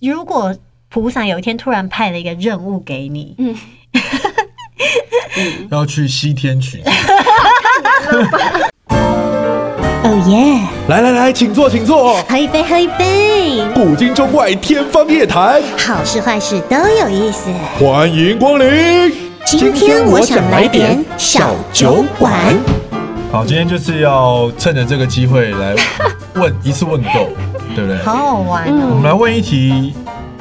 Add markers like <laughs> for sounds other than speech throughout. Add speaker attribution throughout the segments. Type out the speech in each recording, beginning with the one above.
Speaker 1: 如果菩萨有一天突然派了一个任务给你，嗯，
Speaker 2: 要去西天取经。
Speaker 1: <laughs> 哦耶，
Speaker 2: 来来来，请坐，请坐。
Speaker 1: 喝一杯，喝一杯，
Speaker 2: 古今中外，天方夜谭，
Speaker 1: 好事坏事都有意思。
Speaker 2: 欢迎光临。
Speaker 1: 今天我想来点小酒馆。
Speaker 2: 好，今天就是要趁着这个机会来问一次
Speaker 1: <laughs>
Speaker 2: 问够，对不对？
Speaker 1: 好好玩
Speaker 3: 嗯
Speaker 1: 哦。
Speaker 2: 我们来问一题，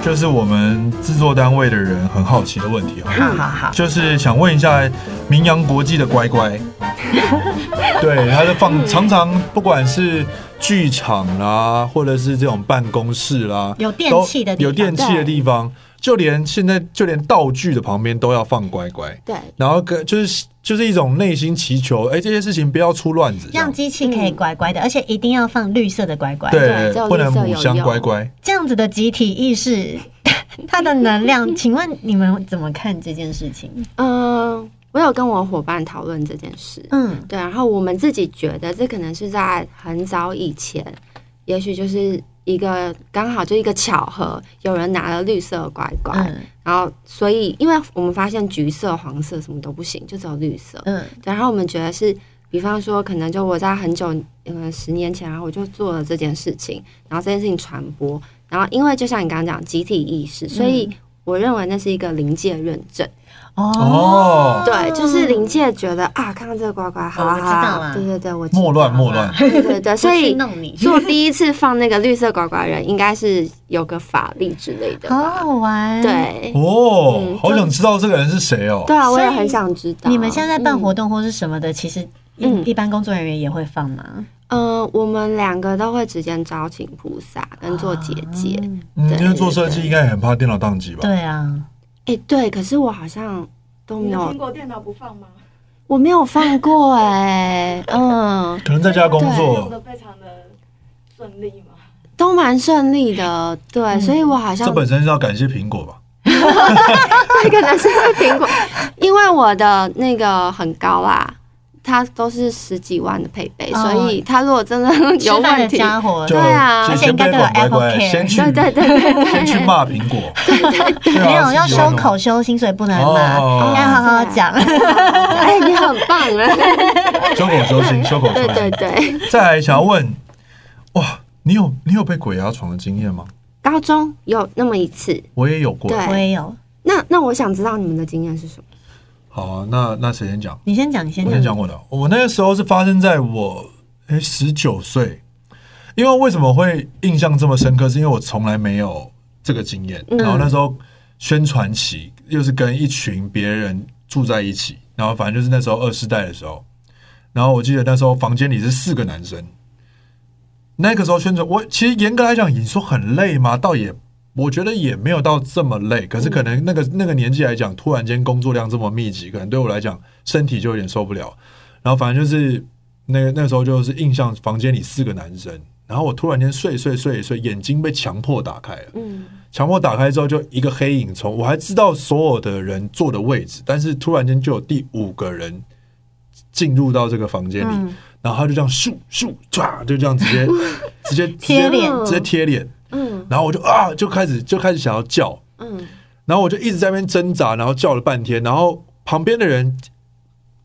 Speaker 2: 就是我们制作单位的人很好奇的问题哈，
Speaker 1: 好好好，
Speaker 2: 就是想问一下名扬国际的乖乖，对，他就放常常不管是剧场啦，或者是这种办公室啦，
Speaker 1: 有电
Speaker 2: 都
Speaker 1: 器的地
Speaker 2: 有
Speaker 1: 方
Speaker 2: 电器的地方，就连现在就连道具的旁边都要放乖乖，
Speaker 3: 对，
Speaker 2: 然后跟就是就是一种内心祈求，哎、这些事情不要出乱子，这
Speaker 1: 让
Speaker 2: 样
Speaker 1: 机器可以乖乖的，而且一定要放绿色的乖乖。
Speaker 3: 对只
Speaker 2: 对，
Speaker 3: 有
Speaker 2: 不能
Speaker 3: 绿色
Speaker 2: 母
Speaker 3: 有
Speaker 2: 香
Speaker 3: 用
Speaker 2: 乖乖。
Speaker 1: 这样子的集体意识， <laughs> 它的能量，请问你们怎么看这件事情？
Speaker 3: 嗯，我有跟我伙伴讨论这件事，
Speaker 1: 嗯，
Speaker 3: 对，然后我们自己觉得这可能是在很早以前，也许就是一个刚好就一个巧合，有人拿了绿色乖乖，
Speaker 1: 嗯
Speaker 3: 然后所以因为我们发现橘色、黄色什么都不行，就只有绿色，
Speaker 1: 嗯
Speaker 3: 对，然后我们觉得是，比方说，可能就我在很久，嗯、十年前，然后我就做了这件事情，然后这件事情传播，然后因为就像你刚刚讲集体意识，所以我认为那是一个临界认证，
Speaker 1: 嗯
Speaker 2: 哦
Speaker 3: 对，就是临界觉得啊，看到这个乖乖，好
Speaker 1: 哦我
Speaker 3: 啊好
Speaker 1: 知道
Speaker 3: 啊
Speaker 1: 啦，
Speaker 3: 对对对，我知
Speaker 2: 莫乱
Speaker 3: 道
Speaker 2: 莫
Speaker 3: 啦
Speaker 2: 乱，
Speaker 3: 对对对，所
Speaker 1: 不去
Speaker 3: 以。
Speaker 1: 弄你，
Speaker 3: 做第一次放那个绿色乖乖的人，应该是有个法力之类的
Speaker 1: 好
Speaker 3: 吧？
Speaker 1: 好玩。，
Speaker 3: 对，
Speaker 2: 哦，
Speaker 3: 嗯
Speaker 2: 好
Speaker 3: 就
Speaker 2: 想知道这个人是谁哦。
Speaker 3: 对啊，我也
Speaker 1: 所以
Speaker 3: 很想知道。
Speaker 1: 你们现在办
Speaker 3: 嗯
Speaker 1: 活动或是什么的，其实一
Speaker 3: 嗯
Speaker 1: 一般工作人员也会放吗？
Speaker 3: 呃，我们两个都会直接招请菩萨跟做结界。
Speaker 1: 哦
Speaker 3: 哎、
Speaker 2: 嗯，
Speaker 3: 对
Speaker 2: 因为做设计
Speaker 3: 对
Speaker 2: 应该也很怕电脑宕机吧？
Speaker 1: 对啊，
Speaker 3: 哎对，可是我好像都没
Speaker 4: 你有
Speaker 3: 有
Speaker 4: 听，过电脑不放吗？
Speaker 3: 我没有放过哎、嗯，
Speaker 2: 可能在家工
Speaker 4: 用
Speaker 2: 作，
Speaker 4: 的非常的顺利嘛。
Speaker 3: 都蛮顺利的，对，
Speaker 1: 嗯
Speaker 3: 所以我好像
Speaker 2: 这本身是要感谢苹果吧？
Speaker 3: <laughs> 对，可能是因为苹果，因为我的那个很高啦，它都是十几万的配备，
Speaker 1: 哦
Speaker 3: 所以它如果真的有
Speaker 1: 吃饭的
Speaker 3: 问题，
Speaker 1: 家伙
Speaker 2: 就
Speaker 3: 对啊
Speaker 2: 就
Speaker 1: 而且
Speaker 2: 先
Speaker 1: 应该
Speaker 2: 别
Speaker 1: 都有
Speaker 2: 管乖
Speaker 1: Apple
Speaker 2: 乖，
Speaker 1: Care
Speaker 2: 先去
Speaker 3: 对对对对 <laughs> 对，
Speaker 2: 先去骂
Speaker 1: <laughs>
Speaker 2: 苹果。对啊
Speaker 1: 没有要
Speaker 2: 自己玩
Speaker 1: 收
Speaker 2: 哦
Speaker 1: 口修，薪水不能
Speaker 2: 哦
Speaker 1: 拿，要好好讲。
Speaker 3: 哎，你很棒了，
Speaker 2: 收口收心，收口收
Speaker 3: 对对
Speaker 2: 心。
Speaker 3: 对，
Speaker 2: 再来想要问，哇，你有你有被鬼压床的经验吗？
Speaker 3: 高中有那么一次，
Speaker 2: 我也有过。
Speaker 3: 对
Speaker 1: <laughs> 我也有，
Speaker 3: 那那我想知道你们的经验是什么？
Speaker 2: 好啊，那那谁先讲？
Speaker 1: 你先讲，你先
Speaker 2: 我先讲我的，我那个时候是发生在我哎十九岁，因为为什么会印象这么深刻，是因为我从来没有这个经验。
Speaker 3: 嗯
Speaker 2: 然后那时候宣传期又是跟一群别人住在一起，然后反正就是那时候二世代的时候，然后我记得那时候房间里是四个男生。那个时候宣传，我其实严格来讲，你说很累吗？倒也，我觉得也没有到这么累。可是可能那个那个年纪来讲，突然间工作量这么密集，可能对我来讲身体就有点受不了。然后反正就是那个那时候就是印象，房间里四个男生，然后我突然间睡睡睡睡，眼睛被强迫打开了。
Speaker 3: 嗯。
Speaker 2: 强迫打开之后，就一个黑影从我还知道所有的人坐的位置，但是突然间就有第五个人进入到这个房间里，
Speaker 1: 嗯
Speaker 2: 然后他就这样咻咻唰，就这样直接直接
Speaker 1: 贴脸
Speaker 2: 直接贴脸，
Speaker 3: 嗯
Speaker 2: 然后我就啊就开始就开始想要叫，
Speaker 3: 嗯
Speaker 2: 然后我就一直在那边挣扎，然后叫了半天，然后旁边的人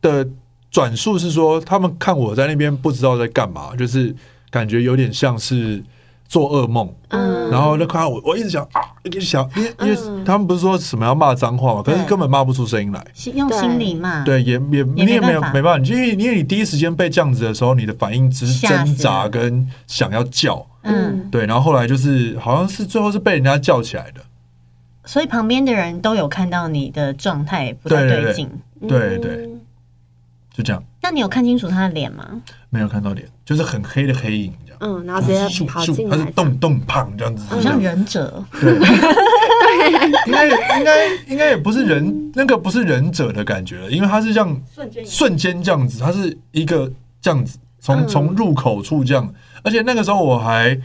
Speaker 2: 的转述是说，他们看我在那边不知道在干嘛，就是感觉有点像是做噩梦。
Speaker 3: 嗯，
Speaker 2: 然后就看到我，我一直想啊，一直想，因为因为他们不是说什么要骂脏话嘛，可是
Speaker 1: 嗯对
Speaker 2: 根本骂不出声音来。
Speaker 1: 心用心理嘛。
Speaker 2: 对，也也你
Speaker 1: 没
Speaker 2: 也
Speaker 1: 办
Speaker 2: 没有
Speaker 1: 法
Speaker 2: 没办法，因为因为你第一时间被这样子的时候，你的反应只是
Speaker 1: 吓死
Speaker 2: 挣扎跟想要叫，
Speaker 1: 嗯，
Speaker 2: 对，然后后来就是好像是最后是被人家叫起来的，
Speaker 1: 所以旁边的人都有看到你的状态不太
Speaker 2: 对对
Speaker 1: 对劲。
Speaker 2: 对
Speaker 1: 嗯
Speaker 2: 对，就这样，
Speaker 1: 那你有看清楚他的脸吗？
Speaker 2: 没有看到脸，就是很黑的黑影这样，
Speaker 3: 嗯，然后直接
Speaker 2: 咻
Speaker 3: 跑
Speaker 2: 咻
Speaker 3: 进
Speaker 2: 它是
Speaker 3: 来，嗯
Speaker 2: 咚咚砰这样子，
Speaker 1: 好像忍者，
Speaker 2: 对，应该应该应该也不是忍，那个不是忍者的感觉了，因为它是像
Speaker 4: 瞬间移
Speaker 2: 瞬间这样子，它是一个这样子，从
Speaker 3: 嗯
Speaker 2: 从入口处这样，而且那个时候我还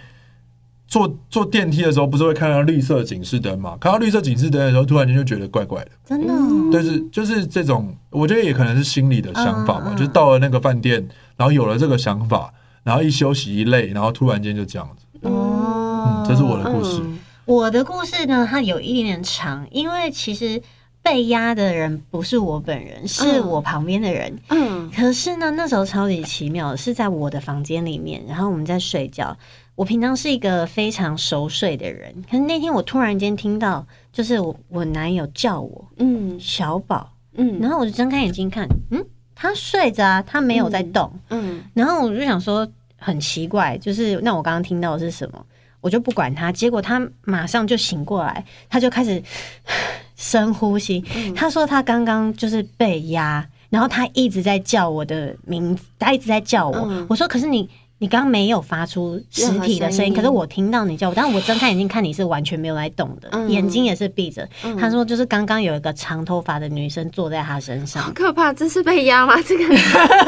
Speaker 2: 坐坐电梯的时候，不是会看到绿色警示灯嘛？看到绿色警示灯的时候，突然间就觉得怪怪的，
Speaker 1: 真的哦。
Speaker 3: 嗯
Speaker 2: 就是就是这种，我觉得也可能是心理的想法嘛，
Speaker 1: 嗯嗯
Speaker 2: 就是到了那个饭店，然后有了这个想法，然后一休息一累，然后突然间就这样子，
Speaker 3: 嗯
Speaker 2: 哦嗯，这是我的故事，
Speaker 3: 嗯
Speaker 1: 我的故事呢，它有一点点长，因为其实被压的人不是我本人，是
Speaker 3: 嗯
Speaker 1: 我旁边的人。
Speaker 3: 嗯
Speaker 1: 可是呢，那时候超级奇妙，是在我的房间里面，然后我们在睡觉。我平常是一个非常熟睡的人，可是那天我突然间听到，就是我我男友叫我
Speaker 3: 嗯
Speaker 1: 小宝，
Speaker 3: 嗯
Speaker 1: 然后我就睁开眼睛看，嗯，他睡着啊，他没有在动。
Speaker 3: 嗯
Speaker 1: 然后我就想说很奇怪，就是那我刚刚听到的是什么，我就不管他，结果他马上就醒过来，他就开始 <sighs> 深呼吸。
Speaker 3: 嗯
Speaker 1: 他说他刚刚就是被压，然后他一直在叫我的名字，他一直在叫我。
Speaker 3: 嗯
Speaker 1: 我说可是你。你刚刚没有发出实体的声音，
Speaker 3: 任何声音
Speaker 1: 可是我听到你叫我，但我睁开眼睛看你是完全没有在动的，
Speaker 3: 嗯
Speaker 1: 眼睛也是闭着。
Speaker 3: 嗯
Speaker 1: 他说就是刚刚有一个长头发的女生坐在他身上
Speaker 3: 好，可怕，这是被压吗？这个 <laughs>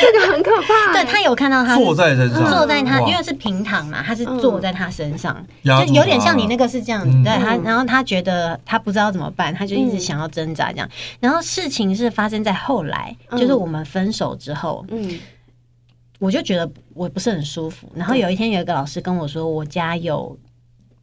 Speaker 3: 这个很可怕欸。
Speaker 1: 对他有看到他
Speaker 2: 坐在身上，
Speaker 1: 嗯坐在他，
Speaker 2: 嗯哇
Speaker 1: 因为是平躺嘛，他是
Speaker 3: 嗯
Speaker 1: 坐在他身上，
Speaker 2: 压住
Speaker 1: 就有点像你那
Speaker 2: 个，
Speaker 1: 个是这样子，
Speaker 2: 嗯
Speaker 1: 对他，
Speaker 3: 嗯
Speaker 1: 然后他觉得他不知道怎么办，他就一直
Speaker 3: 嗯
Speaker 1: 想要挣扎这样。然后事情是发生在后来，
Speaker 3: 嗯
Speaker 1: 就是我们分手之后，
Speaker 3: 嗯
Speaker 1: 我就觉得我不是很舒服。然后
Speaker 3: 对
Speaker 1: 有一天有一个老师跟我说，我家有，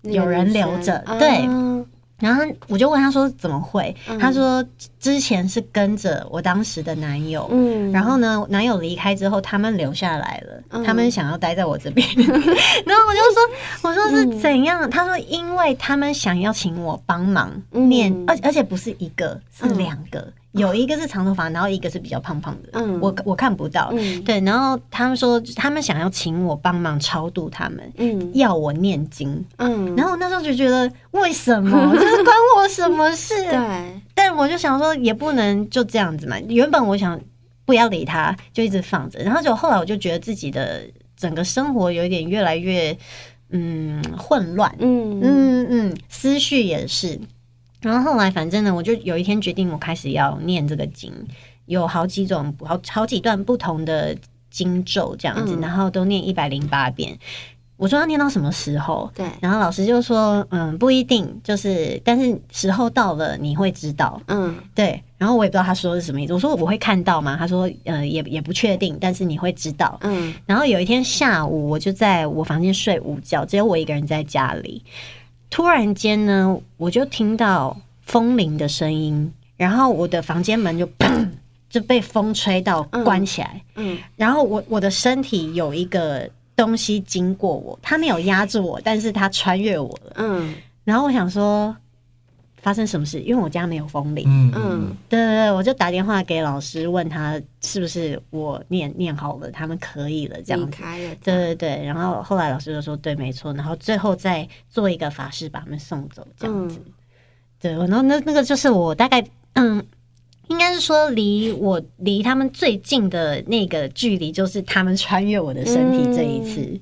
Speaker 3: 那个
Speaker 1: 有人
Speaker 3: 女
Speaker 1: 留
Speaker 3: 生
Speaker 1: 着对
Speaker 3: 嗯
Speaker 1: 然后我就问他说怎么会
Speaker 3: 嗯？
Speaker 1: 他说之前是跟着我当时的男友，
Speaker 3: 嗯
Speaker 1: 然后呢，男友离开之后，他们留下来了，
Speaker 3: 嗯
Speaker 1: 他们想要待在我这边。 <laughs> 然后我就说，我说
Speaker 3: 嗯
Speaker 1: 是怎样？他说，因为他们想要请我帮忙
Speaker 3: 嗯
Speaker 1: 念，而、而且不是一个，是
Speaker 3: 嗯
Speaker 1: 两个，有一个是长头发，然后一个是比较胖胖的，
Speaker 3: 嗯
Speaker 1: 我我看不到。
Speaker 3: 嗯
Speaker 1: 对，然后他们说，他们想要请我帮忙超度他们，
Speaker 3: 嗯
Speaker 1: 要我念经。
Speaker 3: 嗯，
Speaker 1: 然后我那时候就觉得，为什么？ <laughs> 就是关我什么事？
Speaker 3: 对，
Speaker 1: 但我就想说，也不能就这样子嘛。原本我想不要理他，就一直放着。然后就后来我就觉得自己的整个生活有一点越来越嗯混乱，
Speaker 3: 嗯
Speaker 1: 嗯嗯，思绪也是。然后后来反正呢，我就有一天决定，我开始要念这个经，有好几种好好几段不同的经咒这样子，
Speaker 3: 嗯
Speaker 1: 然后都念一百零八遍。我说要念到什么时候？
Speaker 3: 对，
Speaker 1: 然后老师就说，嗯，不一定，就是但是时候到了你会知道，
Speaker 3: 嗯
Speaker 1: 对。然后我也不知道他说的是什么意思，我说我会看到吗？他说，呃，也也不确定，但是你会知道。
Speaker 3: 嗯
Speaker 1: 然后有一天下午，我就在我房间睡午觉，只有我一个人在家里。突然间呢，我就听到风铃的声音，然后我的房间门就 <coughs> 砰就被风吹到
Speaker 3: 嗯
Speaker 1: 关起来，
Speaker 3: 嗯
Speaker 1: 然后我我的身体有一个东西经过我，它没有压住我，但是它穿越我了。
Speaker 3: 嗯
Speaker 1: 然后我想说，发生什么事？因为我家没有风铃。
Speaker 2: 嗯
Speaker 3: 嗯
Speaker 2: 嗯，
Speaker 1: 对对对，我就打电话给老师，问他是不是我念念好了，他们可以了这样
Speaker 3: 离
Speaker 1: 子。
Speaker 3: 开了，嗯
Speaker 1: 对，对对，然后后来老师就说对，没错，然后最后再做一个法事把他们送走，这样子。
Speaker 3: 嗯
Speaker 1: 对，然后那那个就是我大概嗯，应该是说离我离他们最近的那个距离，就是他们穿越我的身体这一次。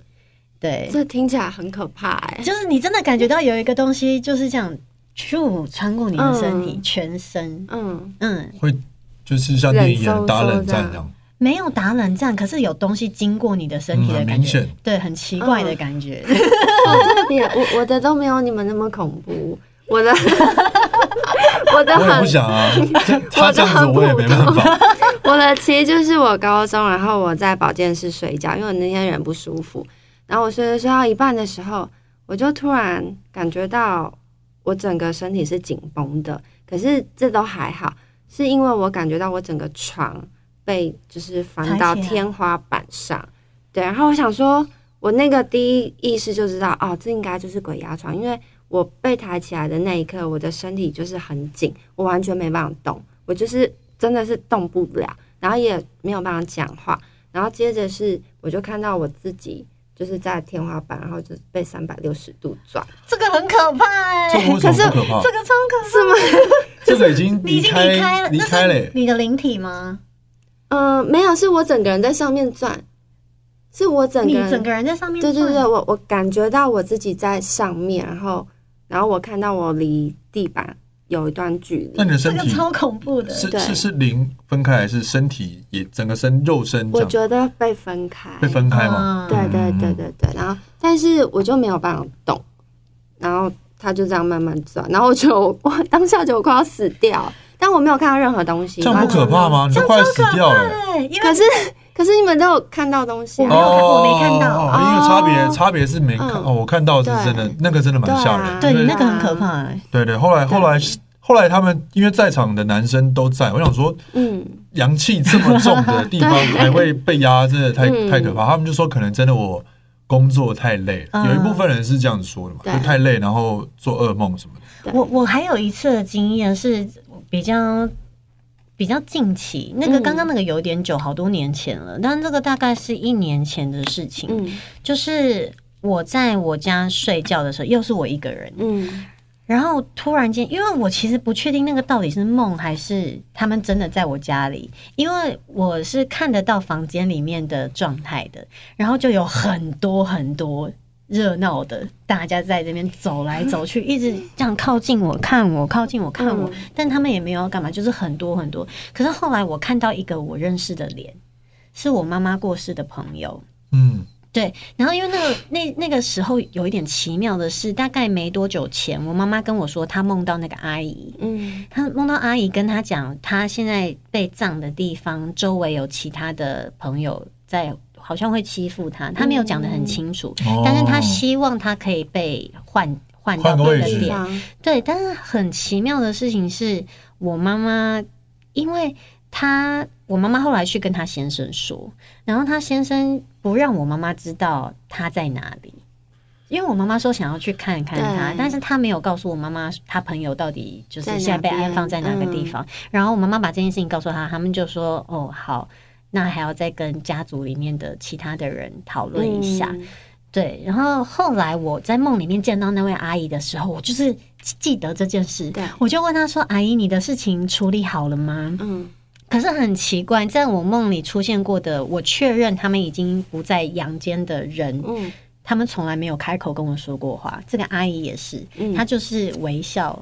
Speaker 1: 对，
Speaker 3: 这听起来很可怕哎，
Speaker 1: 就是你真的感觉到有一个东西就是这样，咻穿过你的身体，
Speaker 3: 嗯
Speaker 1: 全身， <laughs>
Speaker 3: 嗯
Speaker 1: 嗯，
Speaker 2: 会就是像电影
Speaker 3: 冷飕
Speaker 2: 演打
Speaker 3: 飕
Speaker 2: 冷战
Speaker 3: 的
Speaker 2: 一样，
Speaker 1: 没有打冷战，可是有东西经过你的身体
Speaker 2: 嗯
Speaker 1: 的
Speaker 2: 很
Speaker 1: 感
Speaker 2: 明
Speaker 1: 觉，
Speaker 2: 显。
Speaker 1: 对，很奇怪
Speaker 3: 嗯
Speaker 1: 的感觉。 <laughs>
Speaker 3: 好特别，我我的都没有你们那么恐怖，
Speaker 1: <laughs>
Speaker 3: 我的我的
Speaker 2: 我也不
Speaker 3: 很
Speaker 2: 想啊，这他这样子我也没办法。
Speaker 3: 我的其实就是我高中，然后我在保健室睡觉，因为我那天人不舒服，然后我睡着睡到一半的时候，我就突然感觉到我整个身体是紧绷的，可是这都还好，是因为我感觉到我整个床被就是翻到
Speaker 1: 抬起来
Speaker 3: 天花板上，对，然后我想说，我那个第一意识就知道，哦，这应该就是鬼压床，因为我被抬起来的那一刻，我的身体就是很紧，我完全没办法动，我就是真的是动不了，然后也没有办法讲话。然后接着是，我就看到我自己就是在天花板，然后就是被三百六十度转，
Speaker 1: 这个很可怕哎、
Speaker 2: 这个为什么不
Speaker 1: <laughs>
Speaker 2: 可怕？
Speaker 1: 这个超可怕，是吗？
Speaker 2: 这个已经
Speaker 1: 你已
Speaker 2: 离
Speaker 1: 经离开
Speaker 2: 开
Speaker 1: 了，
Speaker 2: 离
Speaker 1: 那
Speaker 2: 开
Speaker 1: 是
Speaker 2: 嘞，
Speaker 1: 你的灵体吗？
Speaker 3: 嗯、没有，是我整个人在上面转，是我整
Speaker 1: 你
Speaker 3: 个人，
Speaker 1: 整个人在上面
Speaker 3: 对
Speaker 1: 转，
Speaker 3: 对对，我我感觉到我自己在上面，然后然后我看到我离地板有一段距离
Speaker 2: 那，你的
Speaker 1: 这
Speaker 2: 身
Speaker 1: 个
Speaker 2: 体
Speaker 1: 超恐怖的。
Speaker 2: 是
Speaker 3: 对
Speaker 2: 是是零分开，还是身体也整个身肉身这
Speaker 3: 我
Speaker 2: 样
Speaker 3: 觉得被分开，
Speaker 2: 被分开吗？
Speaker 1: 嗯
Speaker 3: 对对对对对，然后但是我就没有办法动，然后他就这样慢慢转，然后我就 <laughs> 我当下就快要死掉，但我没有看到任何东西，
Speaker 2: 这样不可怕吗？你都快死掉了，
Speaker 1: 对，因为
Speaker 3: 可是可是你们都有看到东西
Speaker 1: 我
Speaker 3: 啊
Speaker 1: 没？有看我没看到
Speaker 2: 哦因为差别
Speaker 3: 哦
Speaker 2: 差别是没看
Speaker 3: 嗯
Speaker 2: 哦，我看到是真的
Speaker 3: 对，
Speaker 2: 那个真的蛮吓人的。
Speaker 1: 对
Speaker 2: 因
Speaker 1: 你
Speaker 2: 为
Speaker 1: 那
Speaker 3: 啊
Speaker 1: 个很可怕、欸，
Speaker 2: 对对，后来
Speaker 3: 对
Speaker 2: 后来后来他们因为在场的男生都在，我想说
Speaker 3: 嗯，
Speaker 2: 阳气这么重的
Speaker 1: <laughs>
Speaker 2: 地方
Speaker 3: 对
Speaker 2: 还会被压，真的太
Speaker 3: 嗯
Speaker 2: 太可怕。他们就说可能真的我工作太累了，
Speaker 1: 嗯
Speaker 2: 有一部分人是这样子说的嘛，
Speaker 3: 对
Speaker 2: 就太累，然后做噩梦什么的。
Speaker 3: 对
Speaker 1: 我我还有一次的经验是比较比较近期，那个
Speaker 3: 嗯
Speaker 1: 刚刚那个有点久，好多年前了，但这个大概是一年前的事情。
Speaker 3: 嗯
Speaker 1: 就是我在我家睡觉的时候，又是我一个人，
Speaker 3: 嗯
Speaker 1: 然后突然间，因为我其实不确定那个到底是梦还是他们真的在我家里，因为我是看得到房间里面的状态的，然后就有很多很多。热闹的，大家在这边走来走去，一直这样靠近我，看我，靠近我，看我，但他们也没有要干嘛，就是很多很多。可是后来我看到一个我认识的脸，是我妈妈过世的朋友，
Speaker 2: 嗯，
Speaker 1: 对，然后因为那个那那个时候有一点奇妙的是，大概没多久前，我妈妈跟我说，她梦到那个阿姨，
Speaker 3: 嗯
Speaker 1: 她梦到阿姨跟她讲，她现在被葬的地方周围有其他的朋友在，好像会欺负她，她没有讲的很清楚，
Speaker 2: 哦
Speaker 1: 但是她希望她可以被换换到
Speaker 2: 换个
Speaker 1: 别
Speaker 2: 位
Speaker 1: 的
Speaker 2: 置
Speaker 1: 点，
Speaker 3: 方，
Speaker 1: 对，但是很奇妙的事情是我妈妈，因为她我妈妈后来去跟她先生说，然后她先生不让我妈妈知道她在哪里，因为我妈妈说想要去看看她
Speaker 3: 对，
Speaker 1: 但是她没有告诉我妈妈她朋友到底就是
Speaker 3: 在哪
Speaker 1: 现在被安
Speaker 3: 边
Speaker 1: 放在哪个地
Speaker 3: 嗯
Speaker 1: 方。然后我妈妈把这件事情告诉她，他们就说哦好，那还要再跟家族里面的其他的人讨论一下。
Speaker 3: 嗯
Speaker 1: 对，然后后来我在梦里面见到那位阿姨的时候，我就是记记得这件事
Speaker 3: 对，
Speaker 1: 我就问她说：“阿姨，你的事情处理好了吗
Speaker 3: 嗯，？”
Speaker 1: 可是很奇怪，在我梦里出现过的，我确认他们已经不在阳间的人，
Speaker 3: 嗯
Speaker 1: 他们从来没有开口跟我说过话。这个阿姨也是，
Speaker 3: 嗯，
Speaker 1: 她就是微笑，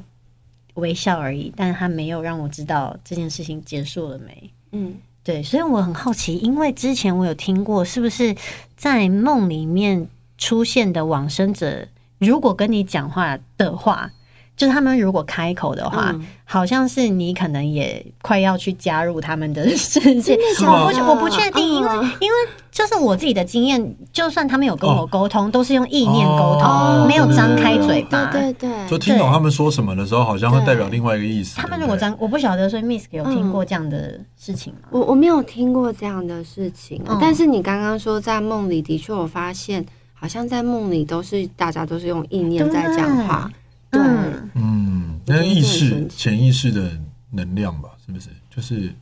Speaker 1: 微笑而已，但她没有让我知道这件事情结束了没。
Speaker 3: 嗯
Speaker 1: 对，所以我很好奇，因为之前我有听过，是不是在梦里面出现的往生者，如果跟你讲话的话，就是他们如果开口的话，
Speaker 3: 嗯
Speaker 1: 好像是你可能也快要去加入他们的 <laughs> 世界。
Speaker 3: 真的
Speaker 2: 吗
Speaker 1: 我不确我不确定，因为
Speaker 3: 为
Speaker 1: 因为就是我自己的经验，就算他们有跟我
Speaker 2: 哦
Speaker 1: 沟通，都是用意念沟通，
Speaker 2: 哦
Speaker 1: 没有
Speaker 2: 对对
Speaker 1: 张
Speaker 2: 对
Speaker 1: 开
Speaker 2: 对
Speaker 1: 嘴巴。
Speaker 3: 对对对，
Speaker 2: 就听懂他们说什么的时候，好像会代表另外一个意思。
Speaker 1: 他们
Speaker 2: 对
Speaker 1: 如
Speaker 2: 不
Speaker 1: 果
Speaker 2: 对
Speaker 1: 张，我不晓得，所以 Miss 有听
Speaker 3: 嗯
Speaker 1: 过这样的事情吗？
Speaker 3: 我我没有听过这样的事情、啊
Speaker 1: 嗯
Speaker 3: 但是你刚刚说在梦里，的确我发现，好像在梦里都是大家都是用意念在讲话，对，
Speaker 1: 嗯
Speaker 2: 嗯，那
Speaker 3: 我觉得
Speaker 2: 是
Speaker 3: 这
Speaker 2: 意
Speaker 3: 很
Speaker 2: 识
Speaker 3: 神奇
Speaker 2: 潜意识的能量吧，是不是？就是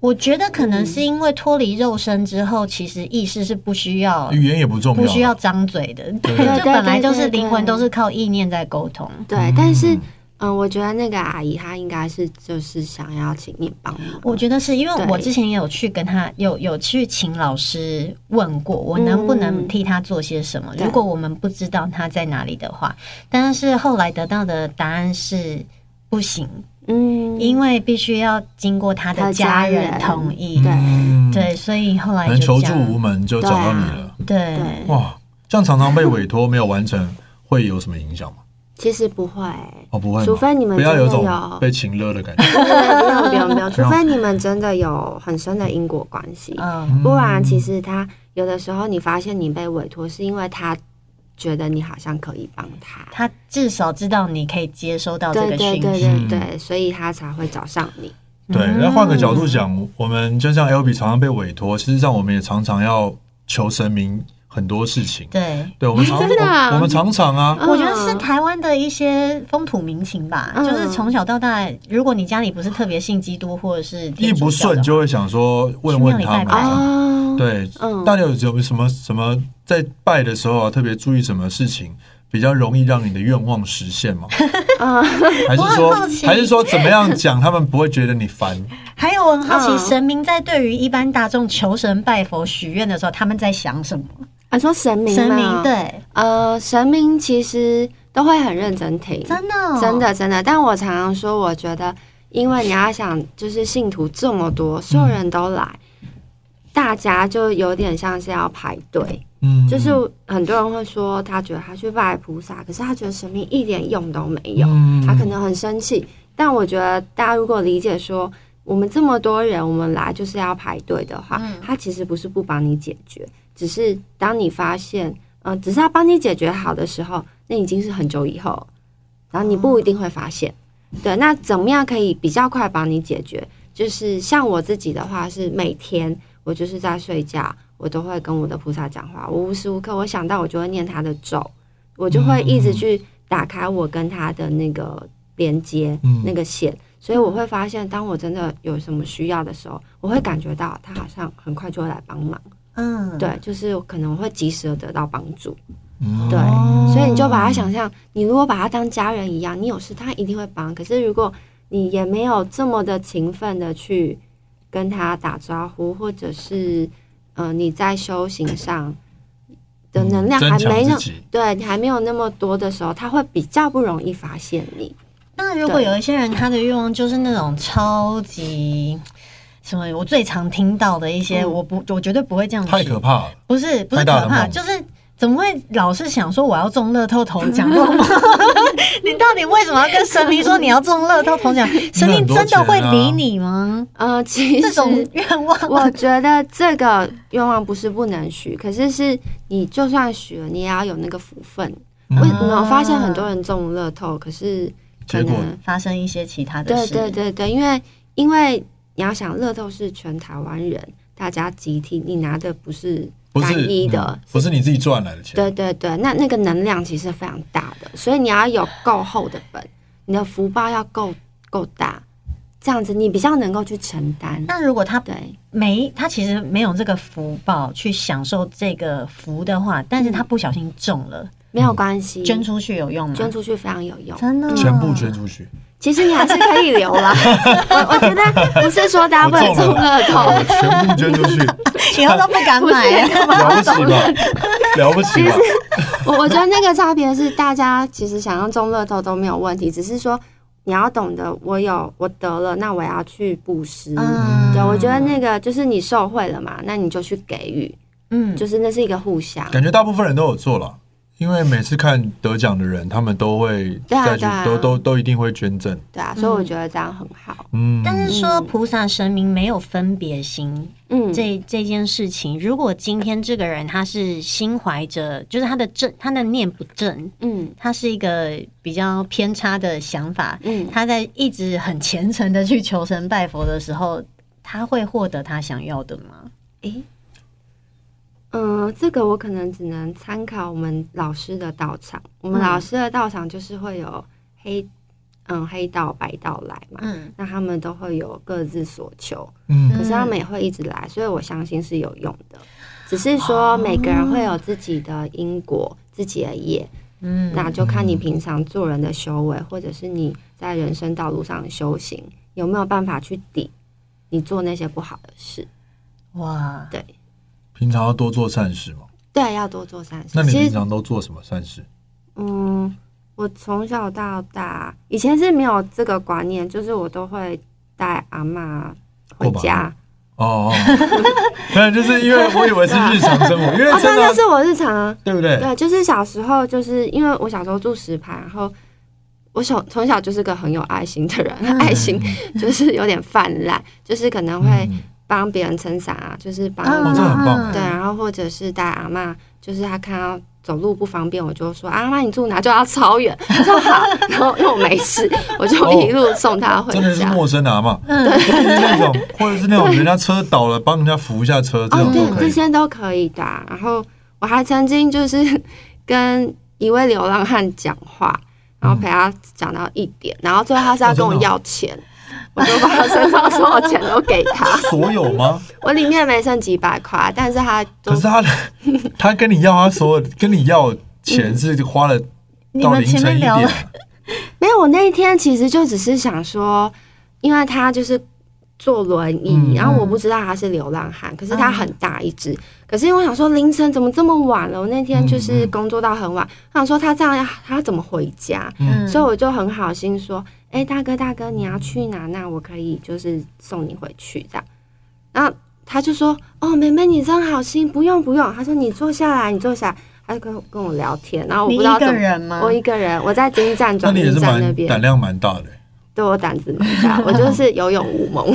Speaker 1: 我觉得可能是
Speaker 2: 嗯
Speaker 1: 因为脱离肉身之后，其实意识是不需要
Speaker 2: 语言也不重要，啊
Speaker 1: 不需要张嘴的，
Speaker 2: 对
Speaker 1: 对， <laughs> 就
Speaker 3: 对
Speaker 1: 本来就是
Speaker 3: 对对
Speaker 1: 灵魂
Speaker 3: 对
Speaker 1: 都是靠意念在沟通。
Speaker 3: 对，
Speaker 2: 嗯
Speaker 3: 但是。嗯，我觉得那个阿姨她应该是就是想要请你帮忙。
Speaker 1: 我觉得是因为
Speaker 3: 对
Speaker 1: 我之前也有去跟他有有去请老师问过，我能不能
Speaker 3: 嗯
Speaker 1: 替他做些什么？
Speaker 3: 对
Speaker 1: 如果我们不知道他在哪里的话，但是后来得到的答案是不行，
Speaker 3: 嗯，
Speaker 1: 因为必须要经过他
Speaker 3: 他
Speaker 1: 的
Speaker 3: 的
Speaker 1: 家
Speaker 3: 家
Speaker 1: 人
Speaker 3: 人
Speaker 1: 同意。
Speaker 2: 嗯，
Speaker 1: 对，所以后来
Speaker 2: 可能
Speaker 1: 就
Speaker 2: 求
Speaker 1: 这
Speaker 2: 助无
Speaker 1: 样。
Speaker 2: 门就找到你了。
Speaker 1: 对
Speaker 3: 对
Speaker 2: 哇，这样常常被委托没有完成，会有什么影响吗？
Speaker 3: 其实不会，
Speaker 2: 哦，不会吗，
Speaker 3: 除非你们
Speaker 2: 不要有
Speaker 3: 真
Speaker 2: 种
Speaker 3: 的有
Speaker 2: 被情勒的感
Speaker 3: <laughs>
Speaker 2: 觉，
Speaker 3: 对不用不用不用，除非你们真的有很深的因果关系，
Speaker 1: 嗯，
Speaker 3: 不然其实他有的时候你发现你被委托，是因为他觉得你好像可以帮他，
Speaker 1: 他至少知道你可以接收哦到这
Speaker 3: 对
Speaker 1: 个讯
Speaker 3: 对
Speaker 1: 息。
Speaker 3: 对
Speaker 2: 息
Speaker 3: 对对，所以他才会找上你。
Speaker 2: 对。
Speaker 1: 嗯
Speaker 2: 那换个角度讲，我们就像 L B 常常被委托，事实上我们也常常要求神明很多事情。
Speaker 1: 对，
Speaker 2: 对，我们常
Speaker 3: <laughs> 真的啊
Speaker 2: 我我们常常啊，
Speaker 1: 我觉得是台湾的一些风土民情吧，
Speaker 3: 嗯
Speaker 1: 就是从小到大，如果你家里不是特别信基督或者是
Speaker 2: 一
Speaker 1: 天主教的
Speaker 2: 不顺就会想说问问他
Speaker 1: 去
Speaker 2: 们
Speaker 1: 庙里拜拜
Speaker 2: 啊。
Speaker 3: 哦，
Speaker 2: 对，
Speaker 3: 嗯
Speaker 2: 大家有有什么什么在拜的时候啊，特别注意什么事情比较容易让你的愿望实现吗？
Speaker 3: <laughs> 啊，
Speaker 2: <laughs> 还是
Speaker 1: 我很好奇
Speaker 2: 说还是说怎么样讲他们不会觉得你烦？
Speaker 1: 还有我很好奇，
Speaker 3: 嗯
Speaker 1: 神明在对于一般大众求神拜佛许愿的时候，他们在想什么？
Speaker 3: 你说哦神明
Speaker 1: 神明
Speaker 3: 吗，
Speaker 1: 对，
Speaker 3: 呃，神明其实都会很认真听，
Speaker 1: 真的哦
Speaker 3: 真的真的。但我常常说，我觉得，因为你要想，就是信徒这么多，所有人都来，大家就有点像是要排队。
Speaker 2: 嗯，
Speaker 3: 就是很多人会说，他觉得他去拜菩萨，可是他觉得神明一点用都没有，
Speaker 2: 嗯
Speaker 3: 他可能很生气。但我觉得大家如果理解说，我们这么多人，我们来就是要排队的话，
Speaker 1: 嗯
Speaker 3: 他其实不是不帮你解决，只是当你发现，嗯、只是他帮你解决好的时候，那已经是很久以后了，然后你不一定会发现。对，那怎么样可以比较快帮你解决？就是像我自己的话，是每天我就是在睡觉，我都会跟我的菩萨讲话，我无时无刻我想到我就会念他的咒，我就会一直去打开我跟他的那个连接、
Speaker 2: 嗯
Speaker 3: 那个线，所以我会发现，当我真的有什么需要的时候，我会感觉到他好像很快就会来帮忙，
Speaker 1: 嗯，
Speaker 3: 对，就是可能会及时的得到帮助，
Speaker 2: 嗯
Speaker 3: 对
Speaker 1: 哦
Speaker 3: 所以你就把他想象，你如果把他当家人一样，你有事他一定会帮。可是如果你也没有这么的勤奋的去跟他打招呼，或者是呃你在修行上的能量
Speaker 2: 增
Speaker 3: 还
Speaker 2: 强
Speaker 3: 没
Speaker 2: 自
Speaker 3: 有，
Speaker 2: 己
Speaker 3: 对你还没有那么多的时候，他会比较不容易发现你。
Speaker 1: 那如果有一些人他的愿望就是那种超级什么，我最常听到的一些，
Speaker 3: 嗯
Speaker 1: 我不，我绝对不会这样
Speaker 2: 太
Speaker 1: 许
Speaker 2: 可怕了。
Speaker 1: 不是不是
Speaker 2: 太大
Speaker 1: 可
Speaker 2: 的
Speaker 1: 怕，
Speaker 2: 梦
Speaker 1: 就是怎么会老是想说我要中乐透头奖？做
Speaker 3: <laughs>
Speaker 1: 梦你到底为什么要跟神明说你要中乐透
Speaker 3: <laughs>
Speaker 1: 头奖？神明真的会理你吗？
Speaker 3: 呃，其实
Speaker 1: 这种愿望，
Speaker 3: <laughs> 我觉得这个愿望不是不能许，可是是你就算许了，你也要有那个福分。
Speaker 2: 嗯
Speaker 3: 为什么我发现很多人中乐透，可是可
Speaker 2: 结果
Speaker 3: 能
Speaker 1: 发生一些其他的
Speaker 3: 对
Speaker 1: 事，
Speaker 3: 对对对，因为因为你要想，乐透是全台湾人大家集体，你拿的不是
Speaker 2: 不
Speaker 3: 单
Speaker 2: 是
Speaker 3: 一的
Speaker 2: 嗯，不是你自己赚来的钱，
Speaker 3: 对对对，那那个能量其实非常大的，所以你要有够厚的本，你的福报要够够大，这样子你比较能够去承担。
Speaker 1: 那如果他
Speaker 3: 对，
Speaker 1: 没他其实没有这个福报去享受这个福的话，但是他不小心中了，
Speaker 3: 没有关系，
Speaker 1: 捐出去有用吗？
Speaker 3: 嗯 <laughs> 捐出去非常有用。
Speaker 1: 真的哦
Speaker 2: 全部捐出去。
Speaker 3: 其实你还是可以留 <laughs> 啦，我我觉得不是说大家不能
Speaker 2: 我中
Speaker 3: 中
Speaker 2: 了
Speaker 3: 乐
Speaker 2: 我
Speaker 3: 透，
Speaker 2: 哦全部捐出
Speaker 3: <laughs>
Speaker 2: 去，
Speaker 1: 以后都不敢
Speaker 3: 不是
Speaker 1: 买啊了。
Speaker 2: 了不起吧？了
Speaker 3: <laughs>
Speaker 2: 不起吧？
Speaker 3: 我我觉得那个差别是，大家其实想要中乐透都没有问题，只是说你要懂得，我有我得了，那我要去布施。
Speaker 1: 嗯
Speaker 3: 对，我觉得那个就是你受贿了嘛，那你就去给予，
Speaker 1: 嗯，
Speaker 3: 就是那是一个互相。
Speaker 2: 感觉大部分人都有做了，因为每次看得奖的人，他们都会
Speaker 3: 对啊
Speaker 2: 再去
Speaker 3: 对，啊
Speaker 2: 都都都一定会捐赠。
Speaker 3: 对啊，
Speaker 1: 嗯
Speaker 3: 所以我觉得这样很好。
Speaker 2: 嗯，
Speaker 1: 但是说菩萨神明没有分别心，
Speaker 3: 嗯，
Speaker 1: 这这件事情，如果今天这个人他是心怀着，就是他的正，他的念不正，
Speaker 3: 嗯
Speaker 1: 他是一个比较偏差的想法，
Speaker 3: 嗯，
Speaker 1: 他在一直很虔诚的去求神拜佛的时候，他会获得他想要的吗？
Speaker 3: 诶，嗯，这个我可能只能参考我们老师的道场。我
Speaker 1: 嗯
Speaker 3: 们老师的道场就是会有黑，嗯，黑道白道来嘛，
Speaker 1: 嗯，
Speaker 3: 那他们都会有各自所求。
Speaker 2: 嗯，
Speaker 3: 可是他们也会一直来，所以我相信是有用的。只是说每个人会有自己的因果、自己的业，
Speaker 1: 嗯
Speaker 3: 那就看你平常做人的修为，或者是你在人生道路上的修行有没有办法去抵你做那些不好的事。
Speaker 1: 哇，
Speaker 3: 对
Speaker 2: 平常要多做善事嘛。
Speaker 3: 对，要多做善
Speaker 2: 那
Speaker 3: 事。
Speaker 2: 你
Speaker 3: 其
Speaker 2: 平
Speaker 3: 实，
Speaker 2: 常都做什么善事？
Speaker 3: 嗯，我从小到大以前是没有这个观念，就是我都会带阿嬷回
Speaker 2: 过马路
Speaker 3: 家，
Speaker 2: 哦， <laughs> 哦当然就是因为我以为是日常生活，因为
Speaker 3: 哦，
Speaker 2: 哎真
Speaker 3: 但那
Speaker 2: 的
Speaker 3: 是我日常啊。
Speaker 2: 对不对？
Speaker 3: <laughs> 对，就是小时候，就是因为我小时候住石牌，然后我小从小就是个很有爱心的人， <laughs> 爱心就是有点泛滥，就是可能会
Speaker 2: 嗯
Speaker 3: 帮别人撑伞啊，就是帮
Speaker 1: 啊
Speaker 2: 哦这很棒
Speaker 3: 对，然后或者是带阿嬷，就是她看到走路不方便，我就说啊阿嬷你住哪？就要超远，她说好，然后因为我没事，我就一路送她回
Speaker 2: 哦真的是
Speaker 3: 家。
Speaker 2: 陌生拿嘛，就是那种或者是那种人家车倒了，帮人家扶一下车，这
Speaker 3: 哦，
Speaker 2: 种
Speaker 3: 对
Speaker 2: 都，可
Speaker 3: 这
Speaker 2: 以。
Speaker 3: 些都可以的啊、然后我还曾经就是 <laughs> 跟一位流浪汉讲话，然后陪他讲到一点，然后最后他是要跟我要钱，我就把他身上所有钱都给他，
Speaker 2: <laughs> 所有
Speaker 3: <laughs>
Speaker 2: 吗？
Speaker 3: 我里面没剩几百块，但是他就
Speaker 2: 可是他他跟你要他所有跟你要钱是花了
Speaker 1: 嗯你
Speaker 2: 到
Speaker 1: 们
Speaker 2: 凌
Speaker 1: 前
Speaker 2: 晨
Speaker 1: 面
Speaker 2: 一
Speaker 1: 聊
Speaker 2: 点
Speaker 1: 了，
Speaker 3: 没有。我那一天其实就只是想说，因为他就是。坐轮椅，
Speaker 2: 嗯
Speaker 3: 然后我不知道他是流浪汉，可是他
Speaker 1: 嗯
Speaker 3: 很大一只。可是因为我想说凌晨怎么这么晚了？我那天就是
Speaker 2: 嗯嗯
Speaker 3: 工作到很晚，我想说他这样他怎么回家？
Speaker 1: 嗯，
Speaker 3: 所以我就很好心说：“哎、大哥大哥，你要去哪？那我可以就是送你回去这样。”然后他就说：“哦，妹妹你真好心，不用不用。”他说：“你坐下来，你坐下来。”他就跟我跟我聊天，然后我
Speaker 1: 你
Speaker 3: 不知道
Speaker 1: 一
Speaker 3: 怎
Speaker 1: 个
Speaker 3: 么，
Speaker 1: 人吗啊
Speaker 3: 我？一个人，我在金站
Speaker 2: 那
Speaker 3: 转
Speaker 2: 你也
Speaker 3: 运
Speaker 2: 是
Speaker 3: 站那
Speaker 2: 蛮
Speaker 3: 边
Speaker 2: 胆，量蛮大的欸，
Speaker 3: 对我胆子蛮大，我就是有勇无谋，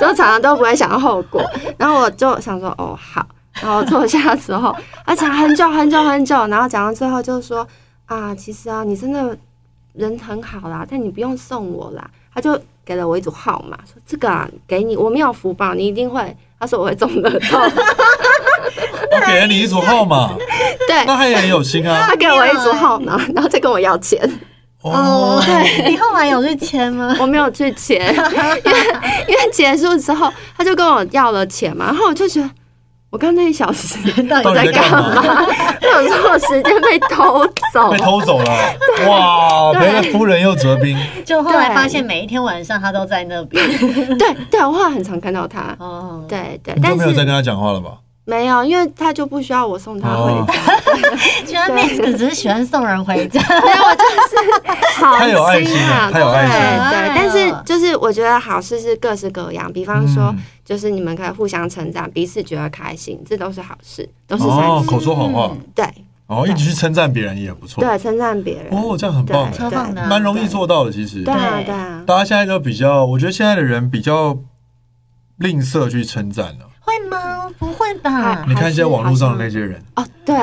Speaker 3: 就常常都不会想到后果。然后我就想说，哦，好。然后我坐下之后，他讲很久很久很久，然后讲到最后就说啊，其实啊，你真的人很好啦，但你不用送我啦。他就给了我一组号码，说这个啊给你，我没有福报，你一定会。他说我会中乐透， <laughs> 啊
Speaker 2: 我给了你一组号码，
Speaker 3: 对，
Speaker 2: 那他也很有心啊。
Speaker 3: <laughs> 他给我一组号码，然后再跟我要钱，
Speaker 2: 哦，
Speaker 1: <laughs> 你后来有去签
Speaker 3: <laughs>
Speaker 1: 吗？
Speaker 3: 我没有去钱，因为因为结束之后他就跟我要了钱嘛，然后我就觉得我刚那一小时 <laughs>
Speaker 1: 到
Speaker 2: 到
Speaker 1: 底在
Speaker 2: 底在
Speaker 1: 干
Speaker 2: 干
Speaker 1: 嘛？
Speaker 2: 嘛？
Speaker 3: 我说我时间被偷走
Speaker 2: <laughs> 被，偷走了，哇！赔
Speaker 3: 对啊
Speaker 2: 了夫人又折兵，
Speaker 1: 就后来
Speaker 3: 对
Speaker 1: 发现每一天晚上他都在那边。
Speaker 3: 对对，我后来很常看到他，
Speaker 1: 哦，
Speaker 3: 对对，
Speaker 2: 你就
Speaker 3: 但
Speaker 2: 没有再跟
Speaker 3: 是
Speaker 2: 他讲话了吧？
Speaker 3: 没有，因为他就不需要我送他回
Speaker 2: 哦
Speaker 3: 家， <laughs>
Speaker 1: 居然 Mask 只是喜欢送人回家，
Speaker 3: 没有，我
Speaker 2: <laughs>
Speaker 3: 就是好
Speaker 2: 太有爱
Speaker 3: 心
Speaker 2: 心
Speaker 3: 啊，
Speaker 2: 了太有爱心
Speaker 1: 了
Speaker 3: 对对，但
Speaker 1: 嗯
Speaker 3: 是就是我觉得好事是各式各样，比方说
Speaker 2: 嗯
Speaker 3: 就是你们可以互相成长，彼此觉得开心，这都是好事，都是善
Speaker 2: 哦，
Speaker 3: 事，
Speaker 2: 口说好话，
Speaker 3: 对
Speaker 2: 哦，一直去称赞别人也不错，
Speaker 3: 对，称赞别人，
Speaker 2: 哦，这样很棒
Speaker 3: 对
Speaker 1: 超
Speaker 2: 哎，
Speaker 1: 棒的啊，
Speaker 2: 蛮容易做到的。其实，
Speaker 3: 对啊
Speaker 1: 对
Speaker 3: 对啊，
Speaker 2: 大家现在都比较，我觉得现在的人比较吝啬去称赞了。
Speaker 1: 会吗？不会
Speaker 3: <laughs>
Speaker 1: 吧
Speaker 3: 好？
Speaker 2: 你看一些网络上的那些人，
Speaker 3: 哦对，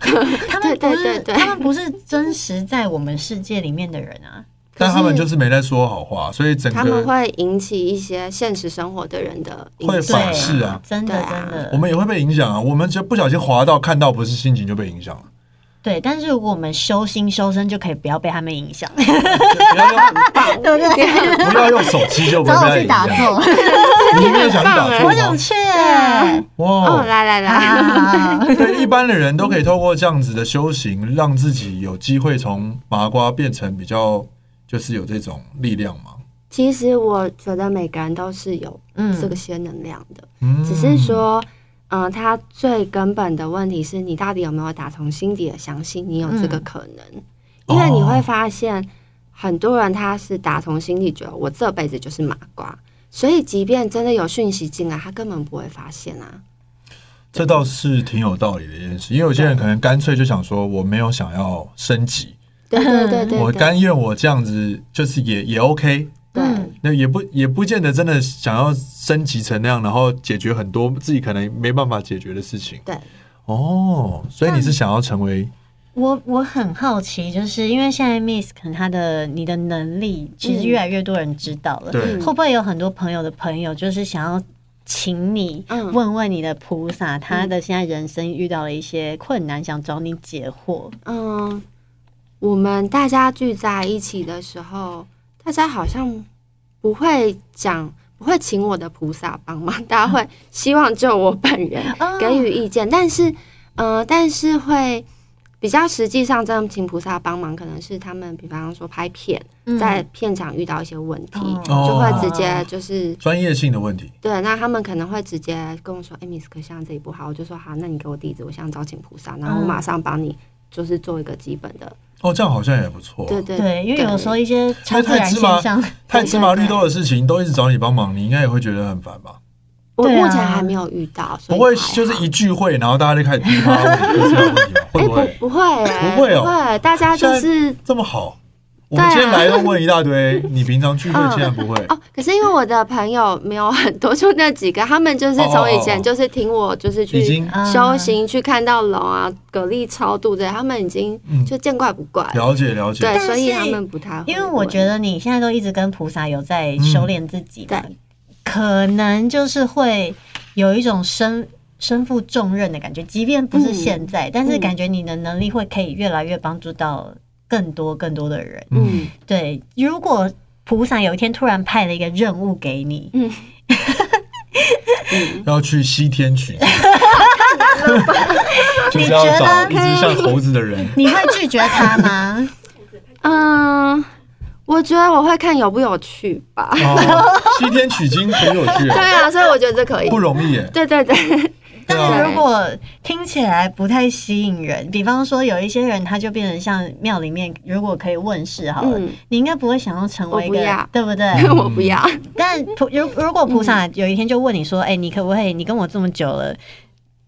Speaker 1: 他们不
Speaker 3: 对对
Speaker 1: 是
Speaker 3: 对对
Speaker 1: 他们不是真实在我们世界里面的人啊。
Speaker 2: 但他们就是没在说好话，所以整
Speaker 3: 他们
Speaker 2: 个
Speaker 3: 会引起一些现实生活的人的影
Speaker 2: 会
Speaker 3: 响
Speaker 2: 反噬啊。
Speaker 1: 真的
Speaker 3: 对
Speaker 1: 真
Speaker 3: 啊
Speaker 1: 的，
Speaker 2: 我们也会被影响啊。我们就不小心滑到看到不是心情就被影响了。 <laughs>
Speaker 1: 对。但是如果我们修心修身，就可以不要被他们影响，
Speaker 2: <laughs> 不要用
Speaker 1: 对不对？
Speaker 2: 不要用手机就不
Speaker 1: 找
Speaker 2: 会
Speaker 1: 我
Speaker 2: 被
Speaker 1: 去打
Speaker 2: 他影
Speaker 3: <laughs>
Speaker 2: 响。
Speaker 1: 坐，
Speaker 2: 你没有想去打
Speaker 1: 我
Speaker 3: 啊
Speaker 2: 坐
Speaker 1: 想
Speaker 2: 吗？
Speaker 1: 去欸。
Speaker 3: 哦，
Speaker 2: 哇！
Speaker 3: 来来来，
Speaker 1: 啊 <laughs>
Speaker 2: 对一般的人都可以透过这样子的修行，让自己有机会从麻瓜变成比较，就是有这种力量嘛。
Speaker 3: 其实我觉得每个人都是有
Speaker 1: 嗯
Speaker 3: 这个些能量的，
Speaker 2: 嗯，
Speaker 3: 只是说，嗯、他最根本的问题是你到底有没有打从心底的相信你有这个可能？因为你会发现，很多人他是打从心底觉得我这辈子就是麻瓜，所以即便真的有讯息进来，他根本不会发现啊。
Speaker 2: 这倒是挺有道理的一件事，因为有些人可能干脆就想说，我没有想要升级，
Speaker 3: 对对对对
Speaker 2: 我
Speaker 3: 对
Speaker 2: 甘愿我这样子，就是也也 OK，
Speaker 3: 对
Speaker 1: 嗯
Speaker 2: 那也不也不见得真的想要升级成那样，然后解决很多自己可能没办法解决的事情。
Speaker 3: 对，
Speaker 2: 哦，所以你是想要成为
Speaker 1: 我我很好奇，就是因为现在 Miss 可能他的你的能力，其实
Speaker 3: 嗯
Speaker 1: 越来越多人知道了，
Speaker 2: 对
Speaker 1: 会不会有很多朋友的朋友，就是想要请你
Speaker 3: 嗯
Speaker 1: 问问你的菩萨，他的现在人生遇到了一些困难，想找你解惑？
Speaker 3: 嗯，我们大家聚在一起的时候，大家好像不会讲，不会请我的菩萨帮忙， <laughs> 大家会希望就我本人
Speaker 1: 哦
Speaker 3: 给予意见，但是，呃，但是会比较实际上真的请菩萨帮忙，可能是他们比方说拍片，
Speaker 1: 嗯
Speaker 3: 在片场遇到一些问题，
Speaker 2: 哦
Speaker 3: 就会直接就是。
Speaker 2: 专业性的问题？
Speaker 3: 对，那他们可能会直接跟我说：“哎、m i s s 可像这一步好。”我就说：“好，那你给我地址，我想找请菩萨，然
Speaker 1: 嗯
Speaker 3: 后我马上帮你就是做一个基本的
Speaker 2: 哦，这样好像也不错。
Speaker 3: 对对
Speaker 1: 对，因为有时候一些超
Speaker 2: 太
Speaker 1: 自然
Speaker 2: 芝麻
Speaker 1: 现象，
Speaker 2: 太芝麻绿豆的事情都一直找你帮忙，你应该也会觉得很烦吧？
Speaker 3: 我
Speaker 1: 对啊
Speaker 3: 目前还没有遇到，所
Speaker 2: 不
Speaker 3: 以
Speaker 2: 会
Speaker 3: 还好
Speaker 2: 就是一聚会，然后大家就开始噼啪问你有什么问题吗？会
Speaker 3: 哎
Speaker 2: 不会
Speaker 3: 不不会欸
Speaker 2: 不会哦
Speaker 3: 不会，大家就是
Speaker 2: 这么好？我
Speaker 3: 对啊
Speaker 2: 们今天来都问一大堆，你平常聚会竟然不会？
Speaker 3: <laughs> 哦。可是因为我的朋友没有很多，就那几个，他们就是从以
Speaker 2: 哦哦
Speaker 3: 前
Speaker 2: 哦
Speaker 3: 就是听我就是
Speaker 2: 已
Speaker 3: 去
Speaker 2: 经
Speaker 1: 嗯
Speaker 3: 修行、去看到龙啊、蛤蜊超度这些，他们已经
Speaker 2: 嗯
Speaker 3: 就见怪不怪了。
Speaker 2: 了解了解。
Speaker 3: 对
Speaker 1: 但，是
Speaker 3: 所以他们不太会问。
Speaker 1: 因为我觉得你现在都一直跟菩萨有在修炼自己嘛，
Speaker 3: 对
Speaker 1: 可能就是会有一种身身负重任的感觉，即便不
Speaker 3: 嗯
Speaker 1: 是现在，但是感觉你的能力会可以越来越帮助到更多更多的人。
Speaker 2: 嗯
Speaker 3: 嗯，
Speaker 1: 对，如果菩萨有一天突然派了一个任务给你， <laughs>
Speaker 3: 嗯，
Speaker 2: <laughs> 要去西天取
Speaker 3: <laughs>
Speaker 2: 经，就是要找一只像猴子的人。
Speaker 1: 你会拒绝他吗？
Speaker 3: 嗯，我觉得我会看有不有趣吧。 <laughs>
Speaker 2: 哦，西天取经很有趣
Speaker 3: 对，啊，所以我觉得这可以
Speaker 2: 不。容易耶。
Speaker 3: 对对 <laughs> 对，
Speaker 2: 对
Speaker 1: 但是
Speaker 2: 啊，
Speaker 1: 如果听起来不太吸引人，比方说有一些人他就变成像庙里面，如果可以问世好了，
Speaker 3: 嗯
Speaker 1: 你应该不会想要成为一
Speaker 3: 我不
Speaker 1: 个
Speaker 3: 要，
Speaker 1: 对不
Speaker 3: <laughs>
Speaker 1: 对？
Speaker 2: 嗯
Speaker 3: 我不要。
Speaker 1: 但菩如如果菩萨有一天就问你说，哎、你可不可以？你跟我这么久了，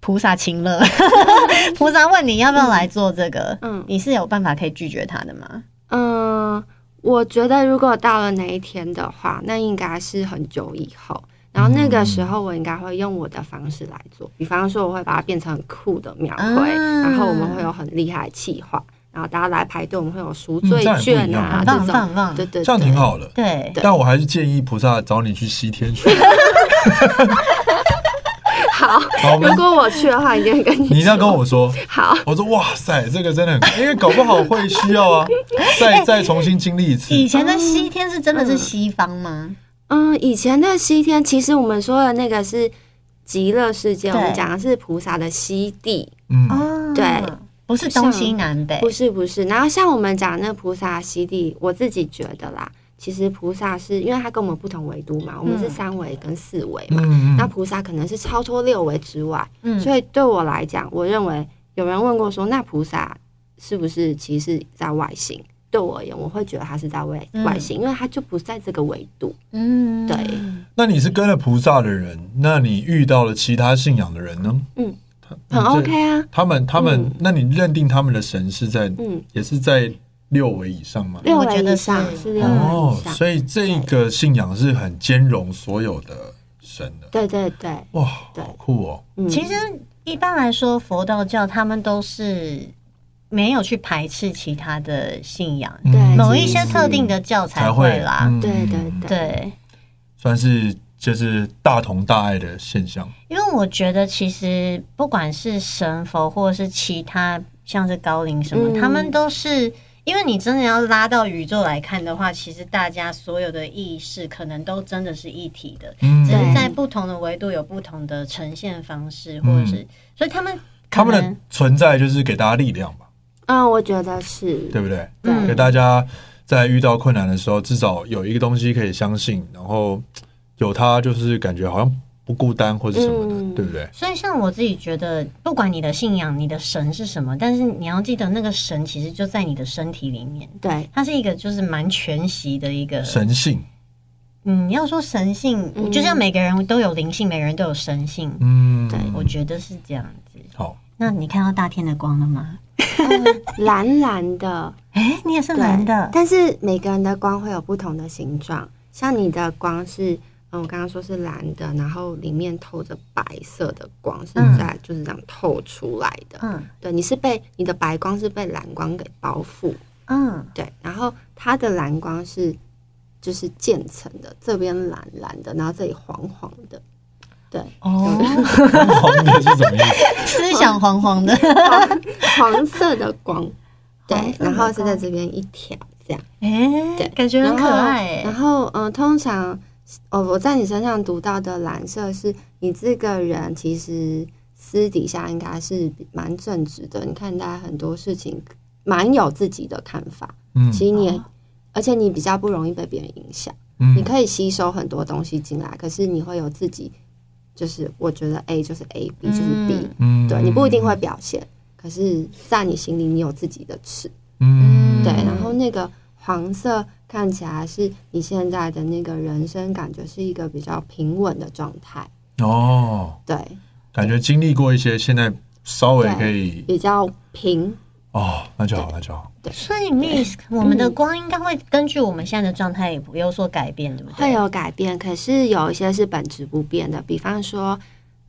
Speaker 1: 菩萨请了， <laughs> 菩萨问你要不要来做这个，
Speaker 3: 嗯
Speaker 1: 你是有办法可以拒绝他的吗？
Speaker 3: 嗯，我觉得如果到了那一天的话，那应该是很久以后。然后那个时候，我应该会用我的方式来做，比方说，我会把它变成很酷的描绘，
Speaker 1: 啊
Speaker 3: 然后我们会有很厉害的企划，然后大家来排队，我们会有赎
Speaker 2: 嗯这
Speaker 3: 罪
Speaker 2: 样也不
Speaker 3: 券
Speaker 2: 一样
Speaker 3: 啊、
Speaker 1: 很棒很
Speaker 3: 这
Speaker 1: 棒很
Speaker 3: 种，
Speaker 1: 棒
Speaker 3: 对对对，
Speaker 2: 这样挺好的。
Speaker 1: 对，
Speaker 3: 对
Speaker 2: 但我还是建议菩萨找你去西天去。
Speaker 3: <laughs> 好，
Speaker 2: 好，我们
Speaker 3: 如果我去的话，一定会跟你
Speaker 2: 你一定要跟
Speaker 3: 说
Speaker 2: 我说，
Speaker 3: <laughs> 好。
Speaker 2: 我说哇塞，这个真的很，因为搞不好会需要
Speaker 3: <laughs>
Speaker 2: 啊，再
Speaker 3: 哎
Speaker 2: 再重新经历一次。
Speaker 1: 以前的西天是真的是西方吗？
Speaker 3: 嗯，以前的西天，其实我们说的那个是极乐世界，我
Speaker 1: 对
Speaker 3: 们讲的是菩萨的西地，
Speaker 2: 嗯，
Speaker 1: 哦，
Speaker 3: 对，
Speaker 1: 不是东西南北
Speaker 3: 不是不是。然后像我们讲的那菩萨西地，我自己觉得啦，其实菩萨是因为它跟我们不同维度嘛，我们是
Speaker 1: 嗯
Speaker 3: 三维跟四维嘛，
Speaker 2: 嗯
Speaker 3: 那
Speaker 2: 嗯，
Speaker 3: 菩萨可能是超脱六维之外，
Speaker 1: 嗯
Speaker 3: 所以对我来讲，我认为有人问过说，那菩萨是不是其实是在外形？对我而言，我会觉得它是在外
Speaker 1: 嗯
Speaker 3: 外形，因为它就不在这个维度。
Speaker 1: 嗯
Speaker 3: 对
Speaker 2: 那你是跟了菩萨的人，那你遇到了其他信仰的人呢？
Speaker 3: 嗯
Speaker 2: 他，
Speaker 3: 很
Speaker 2: 这
Speaker 3: OK 啊，
Speaker 2: 他们他们
Speaker 3: 嗯，
Speaker 2: 那你认定他们的神是在
Speaker 3: 嗯。
Speaker 2: 也是在六维以上吗？
Speaker 3: 六
Speaker 1: 我觉
Speaker 3: 维以
Speaker 1: 得
Speaker 3: 上
Speaker 1: 是
Speaker 3: 是六维
Speaker 2: 哦
Speaker 3: 以，上，
Speaker 2: 所以这个信仰是很兼容所有的神的。
Speaker 3: 对对对，
Speaker 2: 哇，
Speaker 3: 对
Speaker 2: 好酷哦！
Speaker 3: 嗯，
Speaker 1: 其实一般来说，佛道教他们都是没有去排斥其他的信仰，
Speaker 3: 对
Speaker 2: 嗯
Speaker 1: 某一些特定的教
Speaker 2: 才
Speaker 1: 会
Speaker 2: 会
Speaker 1: 啦。
Speaker 2: 嗯
Speaker 3: 对对对，
Speaker 1: 对，
Speaker 2: 算是就是大同大爱的现象。
Speaker 1: 因为我觉得其实不管是神佛或者是其他像是高龄什么，
Speaker 3: 嗯
Speaker 1: 他们都是。因为你真的要拉到宇宙来看的话，其实大家所有的意识可能都真的是一体的，
Speaker 2: 嗯
Speaker 1: 只是
Speaker 3: 对
Speaker 1: 在不同的维度有不同的呈现方式，或者是所以他们
Speaker 2: 嗯他们
Speaker 1: 可能
Speaker 2: 的存在就是给大家力量吧，
Speaker 3: 嗯，我觉得是，
Speaker 2: 对不对？
Speaker 1: 嗯
Speaker 2: 给大家在遇到困难的时候，至少有一个东西可以相信，然后有它就是感觉好像不孤单或者什么的，
Speaker 3: 嗯
Speaker 2: 对不对？
Speaker 1: 所以，像我自己觉得，不管你的信仰、你的神是什么，但是你要记得，那个神其实就在你的身体里面，
Speaker 3: 对，
Speaker 1: 它是一个就是蛮全息的一个。
Speaker 2: 神性，
Speaker 1: 嗯，要说神性，
Speaker 3: 嗯
Speaker 1: 就像每个人都有灵性，每个人都有神性，
Speaker 2: 嗯，
Speaker 3: 对
Speaker 1: 我觉得是这样子。
Speaker 2: 好， <laughs>
Speaker 1: 那你看到大天的光了吗？ <laughs>
Speaker 3: 嗯蓝蓝的，
Speaker 1: 哎，你也是
Speaker 3: 对
Speaker 1: 蓝的，
Speaker 3: 但是每个人的光会有不同的形状，像你的光是。嗯，我刚刚说是蓝的，然后里面透着白色的光，是
Speaker 1: 嗯
Speaker 3: 在就是这样透出来的。
Speaker 1: 嗯
Speaker 3: 对，你是被你的白光是被蓝光给包覆，
Speaker 1: 嗯，
Speaker 3: 对，然后它的蓝光是就是渐层的，这边蓝蓝的，然后这里黄黄的，对，
Speaker 1: 哦，
Speaker 2: 黄的是什么意思？
Speaker 1: <laughs> 思想黄黄 <laughs> 的，
Speaker 3: 黄 <laughs> 色的
Speaker 1: <laughs>
Speaker 3: 光，
Speaker 1: 黄
Speaker 3: 对，
Speaker 1: 色的
Speaker 3: 然后是在
Speaker 1: 光
Speaker 3: 这边一条这样，
Speaker 1: 哎
Speaker 3: 对，
Speaker 1: 感觉很可爱
Speaker 3: 然
Speaker 1: 耶，
Speaker 3: 后，嗯、呃通常哦，我在你身上读到的蓝色是你这个人其实私底下应该是蛮正直的，你看待很多事情蛮有自己的看法，
Speaker 2: 嗯
Speaker 3: 其实你也。
Speaker 1: 哦
Speaker 3: 而且你比较不容易被别人影响，你
Speaker 2: 嗯，
Speaker 3: 可以吸收很多东西进来，可是你会有自己，就是我觉得 A 就是 A，B 就是 B，、
Speaker 2: 嗯
Speaker 3: 对你不一定会，表现，可是在你心里你有自己的尺，
Speaker 2: 嗯
Speaker 3: 对，然后那个黄色看起来是你现在的那个人生感觉是一个比较平稳的状态，
Speaker 2: 哦，
Speaker 3: 对，
Speaker 2: 感觉经历过一些，现在稍微可以
Speaker 3: 比较平，
Speaker 2: 哦，那就好，那就好。
Speaker 1: 所以 Miss，我们的光应该会根据我们现在的状态有有所改变，对不对？
Speaker 3: 会啊有改变，可是有一些是本质不变的，比方说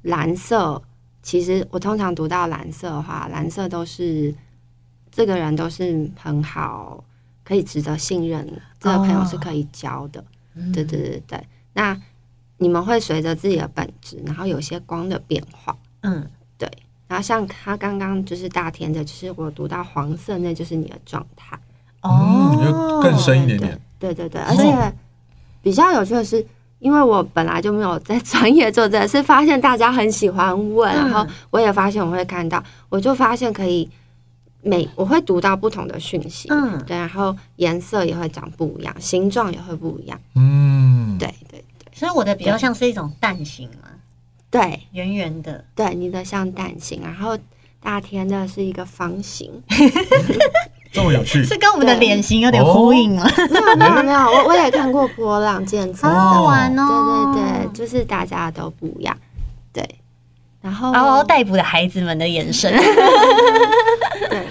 Speaker 3: 蓝色，其实我通常读到蓝色的话，蓝色都是这个人都是很好，可以值得信任，这个朋友是可以交的，对对对对，那你们会随着自己的本质，然后有些光的变化。
Speaker 1: 嗯，
Speaker 3: 然后像他刚刚就是大天的，就是我读到黄色，那就是你的状态。
Speaker 1: 哦，
Speaker 2: 嗯就更深一点点。哦
Speaker 3: 对对对，而且比较有趣的是，因为我本来就没有在专业做这个，是发现大家很喜欢问，
Speaker 1: 嗯
Speaker 3: 然后我也发现我会看到，我就发现可以每我会读到不同的讯息，
Speaker 1: 嗯
Speaker 3: 对，然后颜色也会长不一样，形状也会不一样，
Speaker 2: 嗯，
Speaker 3: 对对
Speaker 1: 所以我的比较像是一种蛋形嘛，
Speaker 3: 对
Speaker 1: 圆圆
Speaker 3: <laughs>
Speaker 1: 的。
Speaker 3: 对，你的像蛋形，然后大天的是一个方
Speaker 2: <laughs>
Speaker 3: 形，
Speaker 2: 这么有趣
Speaker 1: 是跟我们的脸型有点
Speaker 2: 哦
Speaker 1: 呼应了，
Speaker 3: 没有没有没有，我我也看过波浪建造的。
Speaker 2: 哦
Speaker 1: <laughs> 好玩哦！
Speaker 3: 对对对，就是大家都不一样，对。然后，
Speaker 1: 嗷嗷待哺的孩子
Speaker 3: <laughs>
Speaker 1: 们的眼神，
Speaker 3: 对，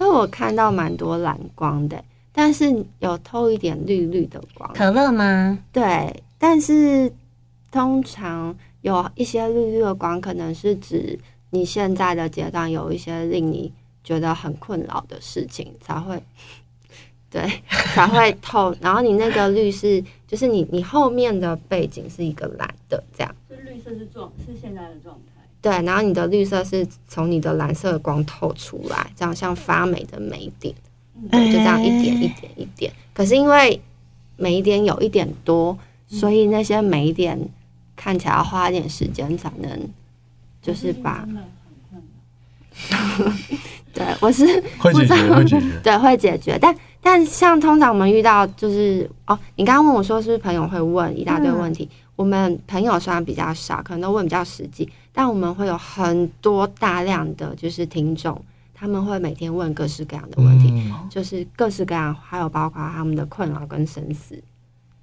Speaker 3: 因为我看到蛮多蓝光的，但是有透一点绿绿的光，
Speaker 1: 可乐吗？
Speaker 3: 对，但是通常有一些绿绿的光，可能是指你现在的阶段有一些令你觉得很困扰的事情才会， <laughs> 对，才会透。然后你那个绿是，就是你你后面的背景是一个蓝的这样，
Speaker 4: 是绿色是状，是现在的状态。
Speaker 3: 对，然后你的绿色是从你的蓝色的光透出来，这样像发霉的霉点。对，就这样一
Speaker 1: 哎
Speaker 3: 点一点一点。可是因为每一点有一点多，所以那些每一点看起来要花一点时间才能，就是把
Speaker 4: 真的啊很
Speaker 3: <laughs> 对我是
Speaker 2: 会解决，会解决。
Speaker 3: 对会解决，但但像通常我们遇到就是哦，你刚刚问我说是不是朋友会问一大堆问题，我们朋友虽然比较少，可能都问比较实际，但我们会有很多大量的就是听众，他们会每天问各式各样的问题，
Speaker 2: 嗯，
Speaker 3: 就是各式各样，还有包括他们的困扰跟生死。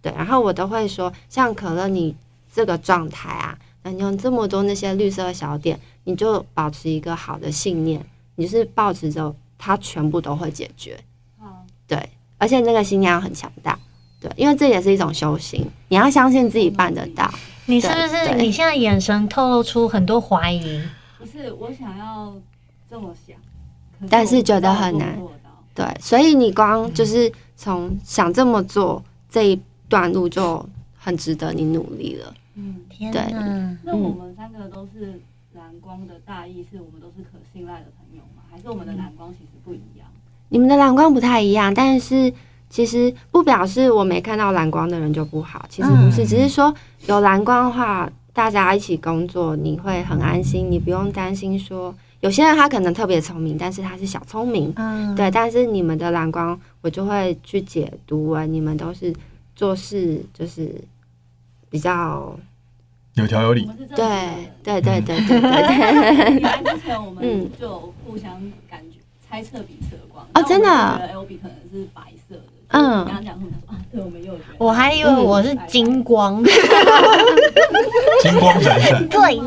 Speaker 3: 对，然后我都会说，像可乐，你这个状态啊，那你用这么多那些绿色的小点，你就保持一个好的信念，你就是保持着它全部都会解决。
Speaker 4: 好，
Speaker 3: 对，而且那个信念要很强大。对，因为这也是一种修行，你要相信自己办得到。
Speaker 1: 你是不
Speaker 3: 对
Speaker 1: 是
Speaker 3: 对
Speaker 1: 你现在眼神透露出很多怀疑？
Speaker 4: 不是我想要这么想，可
Speaker 3: 但是
Speaker 4: 我不知
Speaker 3: 觉得
Speaker 4: 道
Speaker 3: 很
Speaker 4: 做不
Speaker 3: 难
Speaker 4: 做到
Speaker 3: 对，所以你光就是从想这么做这一段路就很值得你努力了。
Speaker 4: 嗯，
Speaker 1: 天
Speaker 3: 对
Speaker 1: 哪！
Speaker 4: 那我们三个都是蓝光的大意，是我们都是可信赖的朋友吗？还是我们的蓝光其实不一样？
Speaker 3: 你们的蓝光不太一样，但是其实不表示我没看到蓝光的人就不好，其实不是，
Speaker 2: 嗯
Speaker 3: 只是说有蓝光的话，大家一起工作你会很安心，你不用担心说有些人他可能特别聪明，但是他是小聪明，
Speaker 1: 嗯，
Speaker 3: 对，但是你们的蓝光我就会去解读为你们都是做事就是比较
Speaker 2: 有条有
Speaker 4: 我
Speaker 2: 理。
Speaker 4: 们是这
Speaker 3: 对对对对对对
Speaker 4: 对。来之前我
Speaker 3: 嗯
Speaker 4: 们就有互相感觉猜测彼此的光
Speaker 3: 哦真的啊
Speaker 4: ，L B 可能是白色的，
Speaker 3: 嗯
Speaker 4: 嗯，刚刚讲什么？啊，对，我们又有觉得
Speaker 1: 我还以为我是金光，
Speaker 2: 金光闪闪，
Speaker 1: <laughs> 对，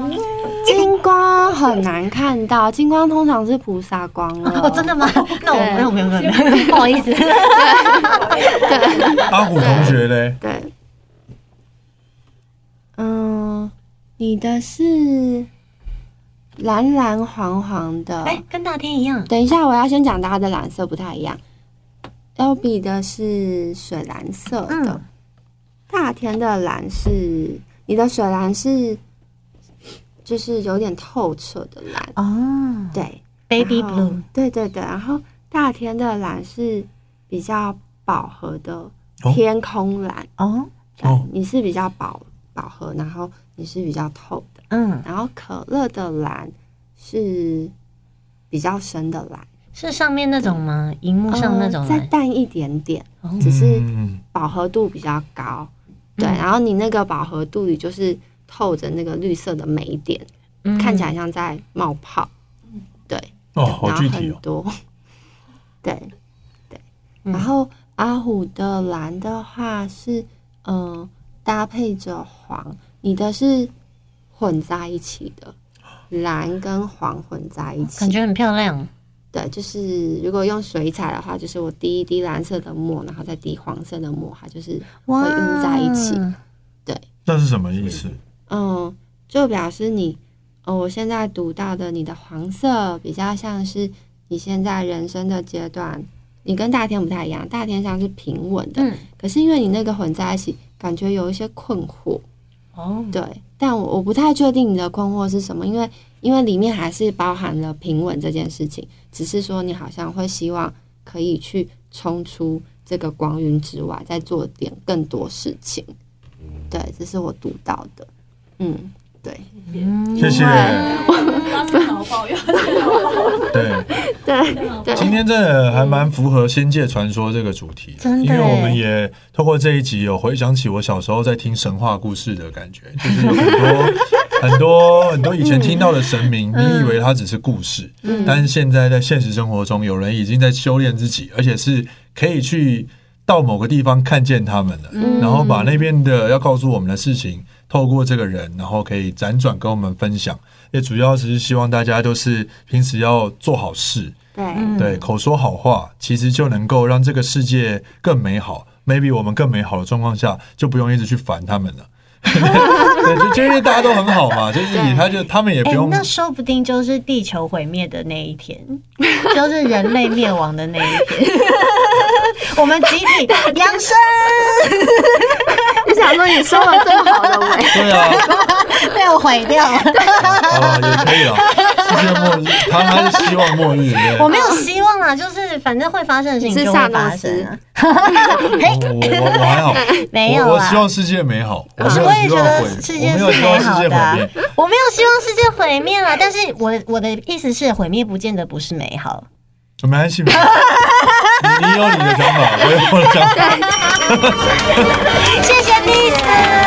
Speaker 3: 金光很难看到，金光通常是菩萨光了，
Speaker 1: 哦，真的吗？那我
Speaker 3: 对
Speaker 1: 那我没有没有
Speaker 3: <laughs>
Speaker 1: 没有，不好意思，
Speaker 2: 阿虎同学嘞，
Speaker 3: 对，嗯，你的是蓝蓝黄黄的。
Speaker 1: 哎，跟大天一样，
Speaker 3: 等一下，我要先讲大家的蓝色不太一样。L B 的是水蓝色的，
Speaker 1: 嗯
Speaker 3: 大天的蓝是你的水蓝是，就是有点透彻的蓝，
Speaker 1: 哦
Speaker 3: 对，
Speaker 1: ，Baby
Speaker 3: 然后
Speaker 1: Blue，
Speaker 3: 对对对，然后大天的蓝是比较饱和的
Speaker 2: 哦
Speaker 3: 天空蓝，
Speaker 1: 哦，
Speaker 2: 哦
Speaker 3: 你是比较饱饱和，然后你是比较透的，
Speaker 1: 嗯，
Speaker 3: 然后可乐的蓝是比较深的蓝，
Speaker 1: 是上面那种吗？荧幕上嗯那种吗
Speaker 3: 呃再？淡一点点，
Speaker 1: 哦
Speaker 3: 只是
Speaker 2: 嗯
Speaker 3: 饱和度比较高。对，
Speaker 1: 嗯
Speaker 3: 然后你那个饱和度里就是透着那个绿色的霉点，
Speaker 1: 嗯
Speaker 3: 看起来像在冒泡，
Speaker 2: 哦，
Speaker 3: 对
Speaker 2: 好
Speaker 3: 然后
Speaker 2: 具体
Speaker 3: 很
Speaker 2: 哦，
Speaker 3: 多，对。
Speaker 1: 嗯
Speaker 3: 然后阿虎的蓝的话是，嗯、搭配着黄，你的是混在一起的，蓝跟黄混在一
Speaker 1: 感
Speaker 3: 起。
Speaker 1: 觉很漂亮，
Speaker 3: 对，就是如果用水彩的话，就是我滴一滴蓝色的墨，然后再滴黄色的墨，它就是，
Speaker 1: 哇，
Speaker 3: 晕在一起
Speaker 1: 嗯
Speaker 2: 那是什么意思？
Speaker 3: 嗯，就表示你，呃，我现在读到的你的黄色比较像是你现在人生的阶段，你跟大天不太一样，大天像是平稳的，
Speaker 1: 嗯，
Speaker 3: 可是因为你那个混在一起，感觉有一些困惑，
Speaker 1: 哦，
Speaker 3: 对。但我我不太确定你的困惑是什么，因为因为里面还是包含了平稳这件事情，只是说你好像会希望可以去冲出这个光晕之外，再做点更多事情。对，这是我读到的。嗯，对，
Speaker 1: 嗯
Speaker 2: 谢谢。
Speaker 4: 刚刚脑爆又
Speaker 2: 对，
Speaker 3: 对，对
Speaker 2: 今天真的还蛮符合《仙界传说》这个主题的，
Speaker 1: 真的
Speaker 2: 因为
Speaker 1: 耶
Speaker 2: 我们也透过这一集有回想起我小时候在听神话故事的感觉，就是有很多很多很多以前听到的神明，你以为它只是故事，
Speaker 3: 嗯
Speaker 2: 但是现在在现实生活中，有人已经在修炼自己，而且是可以去到某个地方看见他们了，
Speaker 3: 嗯
Speaker 2: 然后把那边的要告诉我们的事情，透过这个人，然后可以辗转跟我们分享。也主要只是希望大家都是平时要做好事，
Speaker 3: 对，
Speaker 1: 嗯
Speaker 2: 对，口说好话，其实就能够让这个世界更美好。maybe 我们更美好的状况下，就不用一直去烦他们了。 <laughs> 对，就就因为大家都很
Speaker 1: <laughs>
Speaker 2: 好嘛，就是
Speaker 3: 对
Speaker 2: 他就他们也不
Speaker 1: 哎、
Speaker 2: 用，
Speaker 1: 那说不定就是地球毁灭的那一 <laughs> 天，就是人类灭亡的那一天。 <laughs> 我们集 <laughs> 体扬声，
Speaker 3: 就想说你收了这么好的尾，
Speaker 2: 对啊，
Speaker 1: 被我毁掉。
Speaker 2: 好了也可以了。世界末日，他他是希望末日，对
Speaker 1: <laughs>
Speaker 2: 不
Speaker 1: 我没有希望啊，就是反正会发生的事情就会发生啊。
Speaker 2: 对我我我我还好，
Speaker 1: <laughs> 没有
Speaker 2: 我我
Speaker 1: 啊
Speaker 2: 希望世界美好，我没
Speaker 1: 我也
Speaker 2: 有希
Speaker 1: 觉
Speaker 2: 望
Speaker 1: 得
Speaker 2: 毁，
Speaker 1: 世
Speaker 2: 我
Speaker 1: 界
Speaker 2: 没
Speaker 1: 是
Speaker 2: 有希
Speaker 1: 美
Speaker 2: 望世
Speaker 1: 好
Speaker 2: 界
Speaker 1: 的、啊
Speaker 2: 毁灭。，
Speaker 1: <laughs> 我没有希望世界毁灭了，但是我的我的意思是，毁灭不见得不是美好。
Speaker 2: 没关
Speaker 1: <laughs>
Speaker 2: 系，没关系你你有你的想法，我有我的想法。
Speaker 1: 谢谢 Miss。